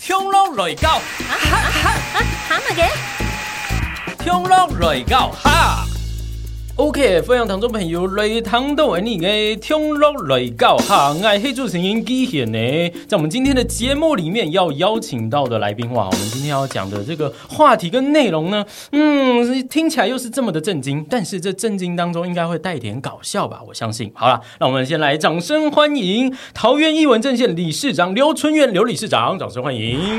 冲浪來教，喊乜嘅？冲浪來教哈。OK，歡迎聽眾朋友來聽到我哋嘅衝浪來教哈，我係主持人季賢呢。在我們今天的節目裡面要邀請到的來賓哇，我們今天要講的這個話題跟內容呢，嗯，聽起來又是這麼的震驚，但是這震驚當中應該會帶點搞笑吧，我相信。好了，那我們先來掌聲歡迎桃園藝文陣線理事長劉春元劉理事長，掌聲歡迎。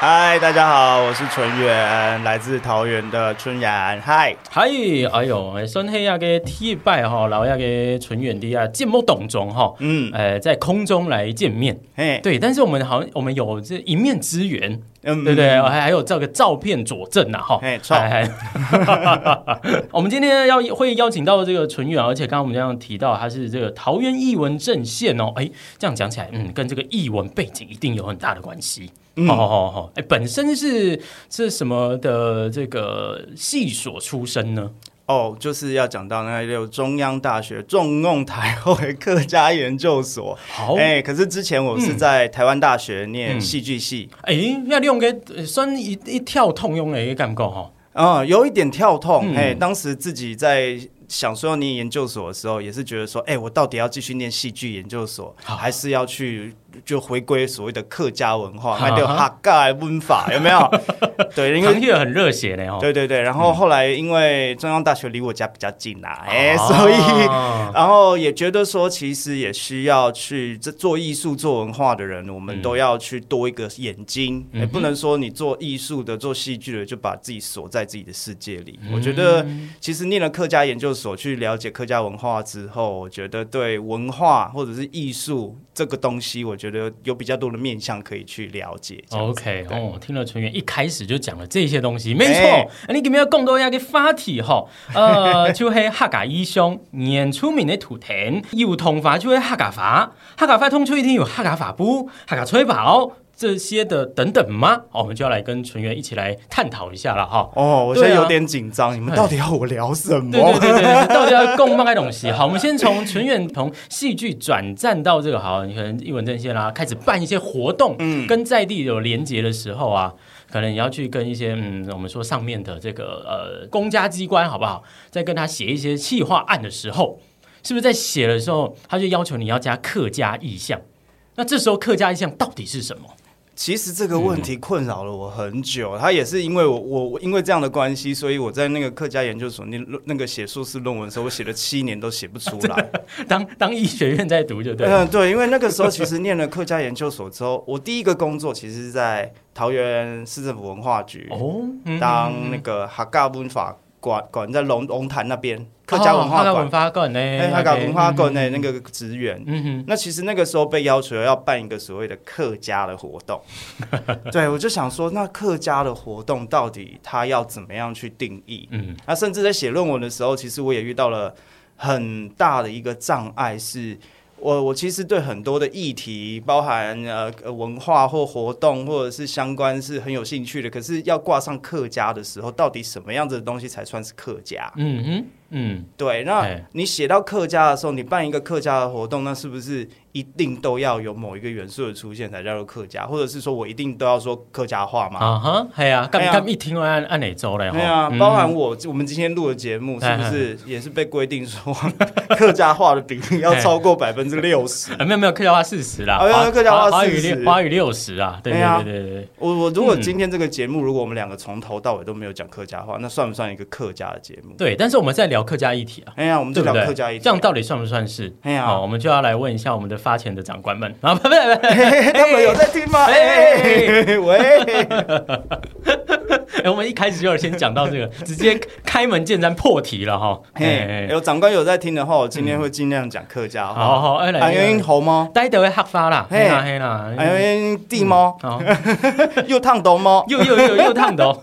嗨，大家好，我是纯元，来自桃园的春然。嗨，係，哎呦，新希亞嘅 T 拜哈，老亞嘅純元啲啊，節目當中哈，嗯，呃，在空中來見面，嘿，對，但是我們好像我們有這一面之緣，嗯對不對？還還有這個照片佐證呐哈，嘿錯哎哎 我們今天要會邀請到這個純元，而且剛剛我們這樣提到他是這個桃園藝文陣線哦，哎，這樣講起來，嗯，跟這個藝文背景一定有很大的關係。嗯哦哦哦，哎，本身是是什麼的这个系所出身呢？哦，就是要讲到那六中央大学重弄台后的客家研究所。好，哎、哎、可是之前我是在台湾大学念戏剧系，那你用个呃算一一跳通用的感觉哈。嗯，有一点跳痛。嗯哎、当时自己在想说要念研究所的时候，也是觉得说，哎、我到底要继续念戏剧研究所，好还是要去就回归所谓的客家文化，好那就哈嘎文法有没有？对，因为行业很热血的哈。哦对对对，然后后来因为中央大学离我家比较近啦、 哎、啊所以然后也觉得说，其实也需要去这做艺术、做文化的人，我们都要去多一个眼睛，嗯也不能说你做艺术的、做戏剧的，就把自己锁在自己的世界里。嗯我觉得，其实念了客家研究所，去了解客家文化之后，我觉得对文化或者是艺术这个东西，我觉得有比较多的面向可以去了解。这样 OK，对哦，听了纯元一开始就讲了这些東西，沒錯哎。你今日要講到一個話題吼， 呃，就係客家衣裳，年出名的圖騰，有同法就會客家法，客家法通出一定有客家法布、客家吹袍這些的等等嗎？好，我們就要來跟純元一起來探討一下了哈。哦，我现在对啊有点紧张，你们到底要我聊什么？对对对对对，到底要共卖东西？好，我们先从纯元从戏剧转战到这个，好，你可能一文阵线啦，开始办一些活动，嗯，跟在地有连结的时候啊，可能你要去跟一些嗯，我们说上面的这个呃公家机关好不好，在跟他写一些企划案的时候，是不是在写的时候他就要求你要加客家意象？那这时候客家意象到底是什么？其实这个问题嗯困扰了我很久，他也是因为我我我因为这样的关系，所以我在那个客家研究所那那个写硕士论文的时候，我写了七年都写不出来。当当医学院在读就 对了，嗯，对，因为那个时候其实念了客家研究所之后，我第一个工作其实是在桃园市政府文化局、哦，嗯当那个哈嘎文法馆馆，在龙龙潭那边客家文哦客化家馆文，化馆呢，哎，哈嘎文化馆呢，的那个职员，嗯哼。那其实那个时候被要求要办一个所谓的客家的活 动，对我就想说，那客家的活动到底它要怎么样去定义？嗯，那甚至在写论文的时候，其实我也遇到了很大的一个障碍是。我我其实对很多的议题，包含呃呃文化或活动，或者是相关是很有兴趣的。可是要挂上客家的时候，到底什么样子的东西才算是客家？嗯哼，嗯，对，那哎你写到客家的时候，你办一个客家的活动，那是不是一定都要有某一个元素的出现才叫做客家？或者是说我一定都要说客家话吗？啊嗯哈，系啊，咁哎呀咁一听我按按哪周嘞？对啊，包含我我们今天录的节目，是不是也是被规定说客家话的比例要超过百分之六 十？啊，没有没有，客家话四十啦，哎呀华客家话华华语40六华语六十啊，对哎呀对对对对，我我如果今天这个节目，如果我们两个从头到尾都没有讲客家话，那算不算一个客家的节目？对，但是我们在聊客家议题啊。哎呀，我们对就不聊对？客家一这样到底算不算是？哦哎呀好，我们就要来问一下我们的发钱的长官们 啊，不不不， 他们有在听吗？哎哎，喂，哎我们一开始就先讲到 这个，直接开门见山破题了哈。嘿，哎，哎有长官有在听的话，我今天会尽量讲客家话。好好，哎啊，因来为，猴猫，呆得会黑发啦，嘿黑啦黑啦，啊，因为地猫，好，又烫头猫，哦又又又又烫哦头，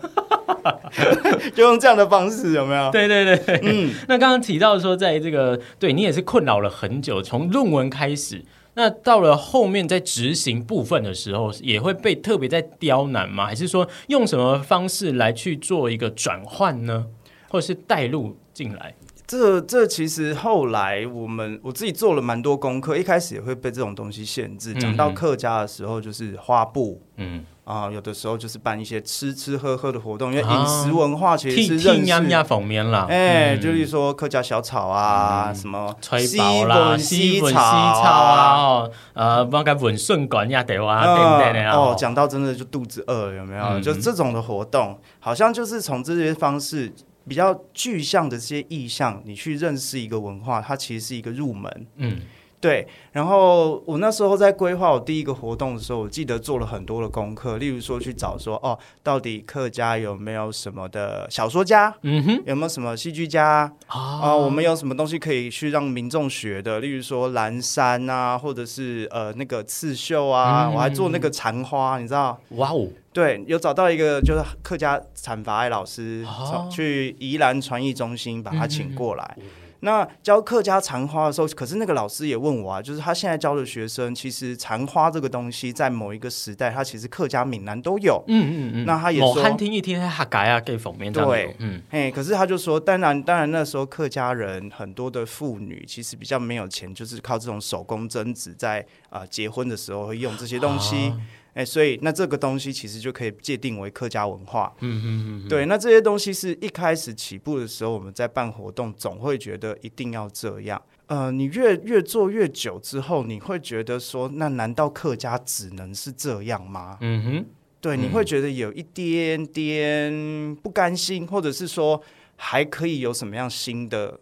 就用这样的方式，有没 有？对对对，嗯， 那刚刚提到说，在这个对你也是困扰了很久，从论文开始，那到了后面在执行部分的时候，也会被特别在刁难吗？还是说用什么方式来去做一个转换呢？或是带入进来？这这其实后来我们我自己做了蛮多功课，一开始也会被这种东西限制。嗯讲到客家的时候，就是花布、嗯，啊、有的时候就是办一些吃吃喝喝的活动，因为啊饮食文化其替实替是认识。呀呀方面啦，哎、嗯就是说客家小炒啊，什么吹爆啦，西西文西炒炒啊，，哦呃，帮个文顺管呀对哇，啊对不对嗯呢？哦，讲到真的就肚子饿，有没有？嗯就这种的活动，好像就是从这些方式比较具象的这些意象，你去认识一个文化，它其实是一个入门。嗯，对，然后我那时候在规划我第一个活动的时候，我记得做了很多的功课，例如说去找说哦，到底客家有没有什么的小说家，嗯哼，有没有什么戏剧家，啊啊、我们有什么东西可以去让民众学的？例如说蓝山啊，或者是呃那个刺绣啊，嗯我还做那个缠花，你知道？哇哦，对，有找到一个就是客家产法爱老师，哦从去宜兰传艺中心把他请过来。那教客家缠花的时候，可是那个老师也问我啊，就是他现在教的学生，其实缠花这个东西在某一个时代，它其实客家、闽南都有。嗯嗯嗯，那他也某说汉听一听他改啊，给方面这样对有嗯嘿，可是他就说，当然，当然，那时候客家人很多的妇女其实比较没有钱，就是靠这种手工针织在啊、呃结婚的时候会用这些东西。啊哎、所以那这个东西其实就可以界定为客家文化。嗯嗯嗯，对，那这些东西是一开始起步的时候，我们在办活动，总会觉得一定要这样。呃，你越越做越久之后，你会觉得说，那难道客家只能是这样吗？嗯哼，对，你会觉得有一点点不甘心，或者是说还可以有什么样新的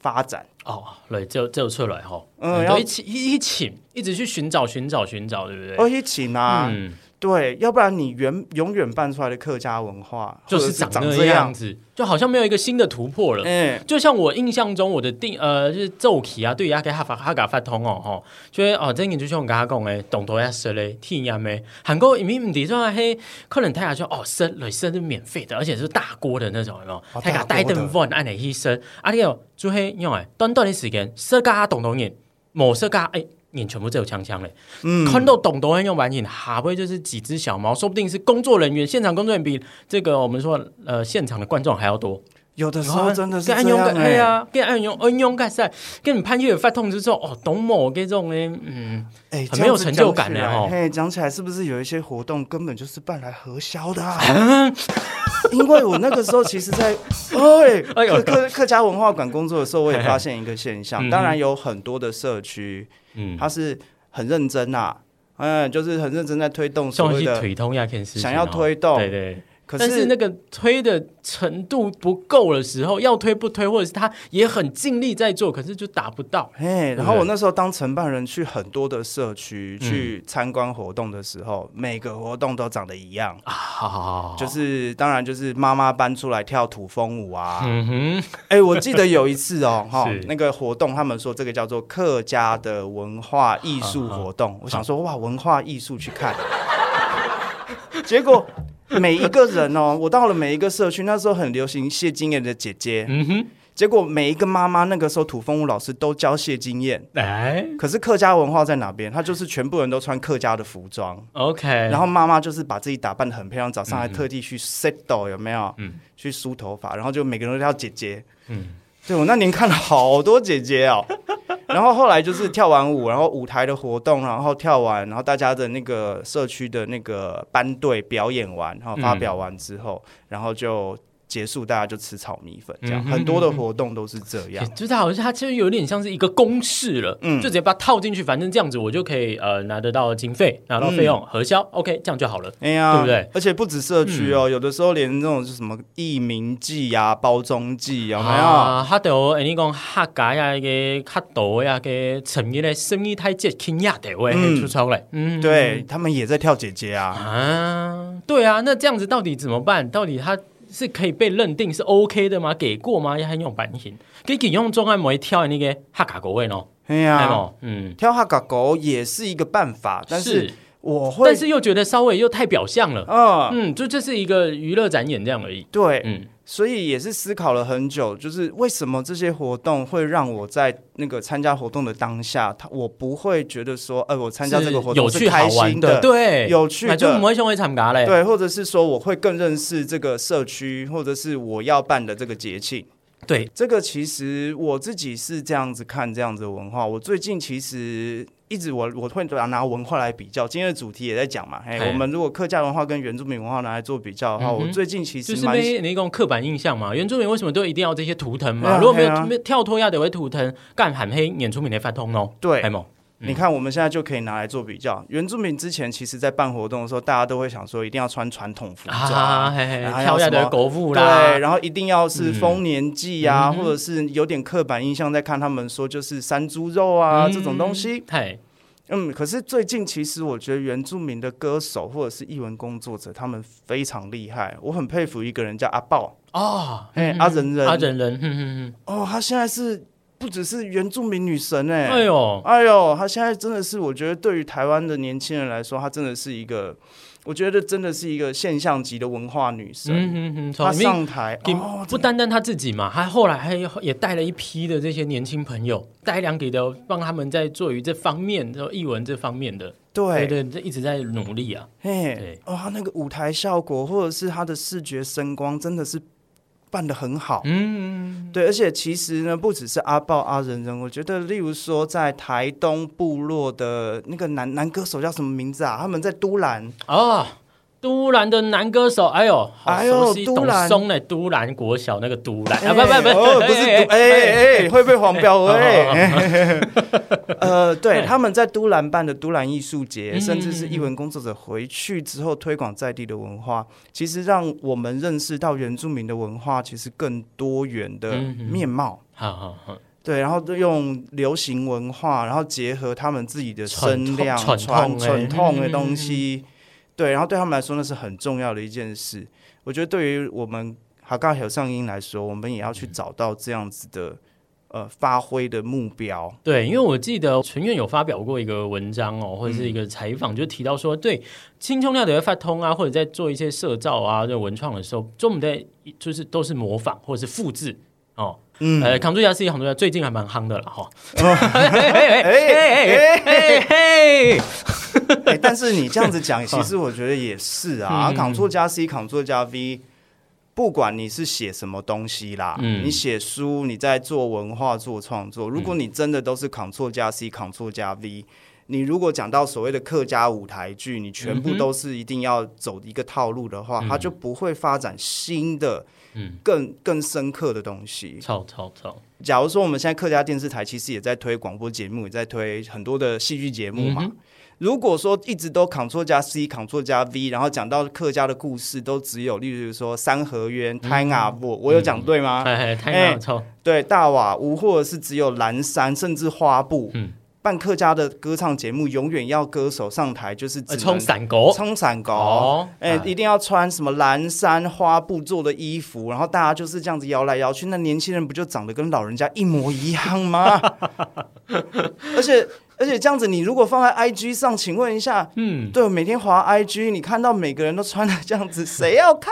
发展？哦，对，就就出来哈，嗯很多要一起一一起一直去寻找寻找寻找，对不对？而且请啊，嗯，对，要不然你原永远办出来的客家文化就或者是是长长那这样样，子，就好像没有一个新的突破了。嗯，就像我印象中，我的定呃就是奏起啊，对于阿给哈法哈嘎发通哦吼，就是哦，这个就像我跟他讲诶，懂多要说嘞，听呀没，韩国移民唔抵说嘿，可能大家说哦，生雷生是免费的，而且是大锅的那种，有没有？哦他大家锅的带顿饭按你去生，啊你有做嘿用诶，短短的时间，设加懂懂眼，某设加诶。哎眼全部都有枪枪嘞，看到懂懂用完眼，哈不会就是几只小猫，说不定是工作人员，现场工作人员比这个我们说呃现场的观众还要多。有的时候真的是啊跟这安永样、干哎欸。呀，跟安永恩永干赛，跟你潘越发痛之后，哦，董某这种嘞，嗯，哎、很这没有样子成讲就起感呢来哦嘿，讲起来是不是有一些活动根本就是办来核销的、 啊？嗯因为我那个时候其实在，哎， 哎呦客客客家文化馆工作的时候，我也发现一个现嗯象，哼当然有很多的社区，嗯，它是很认真啊，嗯，就是很认真在推动所送谓去的，腿痛呀，可以想要推动哦对对。可但是是那个推的程度不够的时候，要推不推，或者是他也很尽力在做，可是就达不到。嘿，对然后我那时候当承办人去很多的社区嗯去参观活动的时候，每个活动都长得一样，啊哦好，就是当然就是妈妈搬出来跳土风舞啊，嗯哼，哎、我记得有一次哦，哈是，那个活动，他们说这个叫做客家的文化艺啊术活动。我想说，哇，文化艺术去看， 结果每一个人哦，我到了每一个社区，那时候很流行谢金燕的姐姐，嗯哼，结果每一个妈妈那个时候土风舞老师都教谢金燕，哎可是客家文化在哪边？他就是全部人都穿客家的服装。 ，OK，然然后妈妈就是把自己打扮的很漂亮，早上嗯还特地去 settle 有没有？去梳头发，然后就每个人都叫姐姐。嗯，对我那年看了好多姐姐哦， 然后后来就是跳完舞，然后舞台的活动，然后跳完，然后大家的那个社区的那个班队表演完，嗯然后发表完之后，然后就结束，大家就吃炒米粉，这样、嗯哼很多的活动都是这 样。就是好像它其实有点像是一个公式了，嗯就直接把它套进去，反正这样子我就可以呃拿得到经费，拿到费用嗯核销，OK，这样就好了。哎呀，对不对？嗯而且不止社区哦，有的时候连那种是什么益民祭呀、啊包中祭有没有？啊，哈到诶，你讲客家呀嘅客道呀嘅成语咧，生意太接轻呀的喂嗯出超嘞，嗯，对他们也在跳姐姐啊。啊，对啊，那这样子到底怎么办？到底它是可以被认定是 OK 的吗？给过吗？也很有版型，给给用中安模挑那个客家国位喏，哎哎呀，喏，嗯，跳哈嘎狗也是一个办法，但是我会，但是又觉得稍微又太表象了，嗯，嗯，就这是一个娱乐展演这样而已，对，嗯所以也是思考了很久，就是为什么这些活动会让我在那个参加活动的当下，他我不会觉得说，哎、我参加这个活动有趣是好开玩心的，对，有趣那就不的。会像会参加嘞，对，或者是说我会更认识这个社区，或者是我要办的这个节庆。对，这个其实我自己是这样子看这样子的文化。我最近其实一直我我会拿拿文化来比较，今天的主题也在讲嘛，哎，嘿我们如果客家文化跟原住民文化拿来做比较的话，嗯哼我最近其就实是蛮被那种刻板印象嘛，原住民为什么都一定要这些图腾对嘛？啊如果没对啊有没有跳脱亚的为图腾，干喊黑演出名的发通哦，对还，猛嗯你看我们现在就可以拿来做比较。原住民之前其实在办活动的时候，大家都会想说一定要穿传统服装。啊，嘿嘿，然后还有跳亚什的么狗妇啦，对，然后一定要是丰年祭啊，嗯或者是有点刻板印象在看他们说就是山猪肉啊、嗯这种东西。嘿，嗯，可是最近其实我觉得原住民的歌手或者是艺文工作者，他们非常厉害。我很佩服一个人叫阿豹，哦，嘿嗯阿仁仁阿仁仁，嗯嗯哦，他现在是不只是原住民女神哎、嗯，哎呦，哎呦，他现在真的是，我觉得对于台湾的年轻人来说，他真的是一个，我觉得真的是一个现象级的文化女神。嗯嗯嗯，她从里面上台给哦，不单单他自己嘛，他后来还有也带了一批的这些年轻朋友，带量给的帮他们在做于这方面，然后译文这方面的，对对，对，这一直在努力啊，嘿对，哇、她那个舞台效果或者是他的视觉声光，真的是办的很好。嗯，对，而且其实呢，不只是阿豹、阿仁仁，我觉得，例如说在台东部落的那个男男歌手叫什么名字啊？他们在都兰，哦。都兰的男歌手，哎呦，好哎呦熟悉，都董兰松呢？都兰国小那个都兰啊，哎不不不，哦不是都，哎哎，会被黄标哎。 呃，对，他们在都兰办的都兰艺术节，嗯甚至是艺文工作者回去之后推广在地的文化，其实让我们认识到原住民的文化其实更多元的嗯嗯面貌。好好好，对，然后就用流行文化，然后结合他们自己的传声量、统传统哎传传统的东西，对，然后对他们来说那是很重要的一件事。我觉得对于我们哈嘎有上音来说，我们也要去找到这样子的呃发挥的目标。对，因为我记得纯院有发表过一个文章嗯哦，或者是一个采访，就提到说，对青葱料的发通啊，或者在做一些社造啊、这文创的时候，就我们在就是都是模仿或者是复制哦。嗯，哦呃，扛住牙是一扛住牙，最近还蛮夯的了哈。嘿嘿嘿嘿嘿嘿嘿 哎但是你这样子讲， 其实我觉得也是啊嗯，Ctrl 加 C，c t r l 加 V。不管你是写什么东西啦，嗯你写书，你在做文化、做创作，如果你真的都是 Ctrl 加 C、Ctrl 加 V，你如果讲到所谓的客家舞台剧，你全嗯部哼都是一定要走一个套路的话，它就不会发展新的、嗯，更更深刻的东西。操操操，假如说我们现在客家电视台其实也在推广播节目，也在推很多的戏剧节目嘛。嗯如果说一直都 Ctrl 加 C、Ctrl 加 V，然后讲到客家的故事，都只有例如说三合院、胎嗯瓦布，我有讲对吗？哎哎，太好操，对，大瓦屋或者是只有蓝山，甚至花布。嗯办客家的歌唱节目，永远要歌手上台就是只呃能冲散狗，冲伞狗，哦哎、啊一定要穿什么蓝衫花布做的衣服，然后大家就是这样子摇来摇去，那年轻人不就长得跟老人家一模一样 吗？而且而且这样子，你如果放在 IG 上，请问一下，嗯，对，我每天滑 IG，你看到每个人都穿的这样子，谁要看？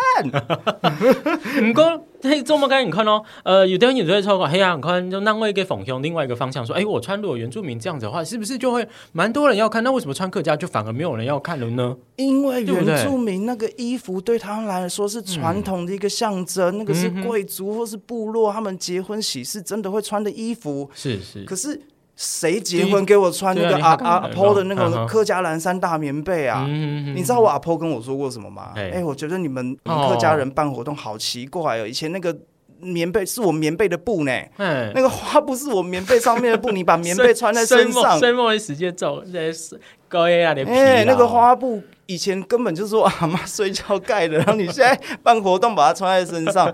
唔过，嘿，做么该你看哦，呃，有的人也会超过，嘿呀，你看就让位给讽向另外一个方向说，哎，我穿如果原住民这样子的话，是不是就会蛮多人要看？那为什么穿客家就反而没有人要看了呢？ 因为对不对原住民那个衣服对他们来说是传统的一个象征，那个是贵族或是部落他们结婚喜事真的会穿的衣服。是是，可是谁结婚给我穿那对个啊阿你看阿阿看婆的那嗯个哼客家蓝山大棉被啊？嗯你知道我阿婆跟我说过什么吗？哎哎、我觉得你们你哦们客家人办活动好奇怪哦，以前那个棉被是我棉被的布呢，哎那个花布是我棉被上面的布，你把棉被穿在 身上，深梦时间走，这是高压的皮啦哎、那个，花布以前根本就是我阿妈睡觉盖的，然后你现在办活动把它穿在身 上，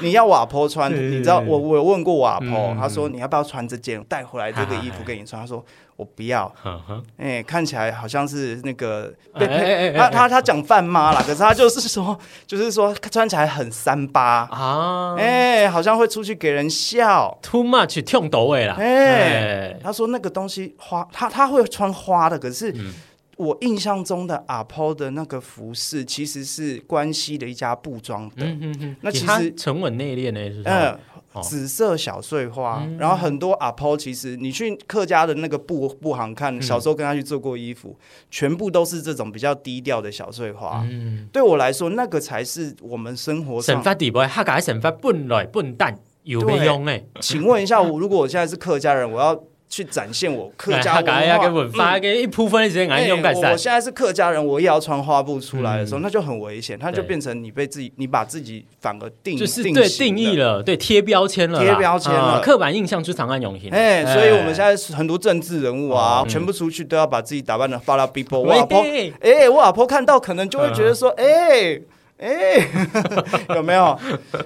你要瓦婆穿，对对对你知道我我有问过瓦婆，嗯她说你要不要穿这件带回来这个衣服给你穿，她说我不要，呵呵哎、看起来好像是那个哎被哎哎哎她她她讲饭妈啦，可是她就是说就是说穿起来很三八，啊哎、好像会出去给人笑。 ，too much 跳抖位啦，哎哎，他说那个东西花，他他会穿花的，可是嗯我印象中的阿婆的那个服饰其实是关西的一家布庄的，嗯嗯嗯，那其实他沉稳内敛呢，是不嗯是？、哦嗯紫色小碎花，然后很多阿婆其实你去客家的那个布布行看，嗯小时候跟他去做过衣服，全部都是这种比较低调的小碎花。嗯，对我来说，那个才是我们生活神上。法底不会，他改神法笨来笨蛋有没用哎？请问一下，我如果我现在是客家人，我要去展现我客 家文哎他给化。文发给一部分的时间，俺哎用改我善我。现在是客家人，我也要穿花布出来的时候，那就很危险，它就嗯对变成你被自己，你把自己反而定就是对型啊定义了，对贴标签了啦，贴标签了啊刻板印象就是长按永行。哎、所以我们现在是很多政治人物啊，嗯全部出去都要把自己打扮的发到 people。我喂老婆，哎、我老婆看到可能就会觉得说，哎、嗯哎、 有没有？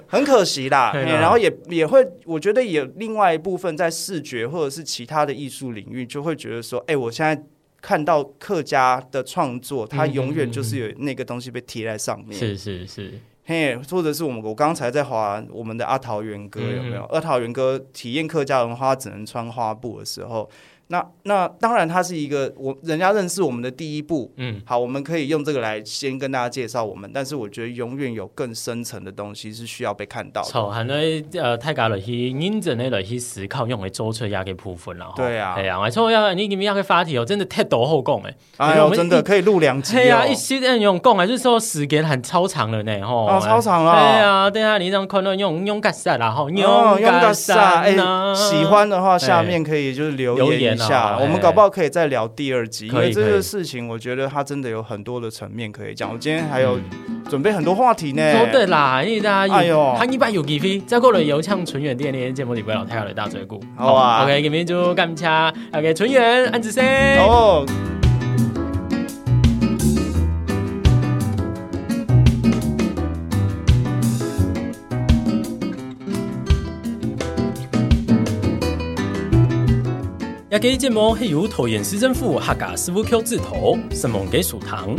很可惜啦。对啊哎啦然后也也会，我觉得也另外一部分在视觉或者是其他的艺术领域，就会觉得说，哎、我现在看到客家的创作，它嗯嗯永远嗯就是有那个东西被贴在上面。是是是，嘿，或者是我们我刚才在划我们的阿桃园哥嗯有没有？阿桃园哥体验客家文化只能穿花布的时候，那那当然它是一个我人家认识我们的第一步。嗯，好，我们可以用这个来先跟大家介绍我们，但是我觉得永远有更深层的东西是需要被看到的。错，很多呃，太家落去认真的落去思考，用来做出压给部分了。吼对啊哎呀，没错，要不然你你们要去发题哦，真的太多后供哎。哎我呦，们真的可以录两集对哦啊，一！些人用讲啊，就是说时间很超长了呢，吼。哦，超长了。对啊，对啊，你这样看到用用干啥啦？吼，哦，用到干啥？哎，呐喜欢的话，下哎面可以就是留留言一言啊哎下，我们搞不好可以再聊第二集，因可以为这可个以事情，我觉得它真的有很多的层面可以讲。我今天还有准备很多话题呢。说嗯哦对啦，因为大家哎有呦韩一版有 g v 再过了邮呛纯元店连节目里不要老太好的大嘴鼓。好啊，OK，今天就干掐，OK，纯元安子生。哦，也给建模黑油头演市政府客家师傅 Q 字头，什么给属堂。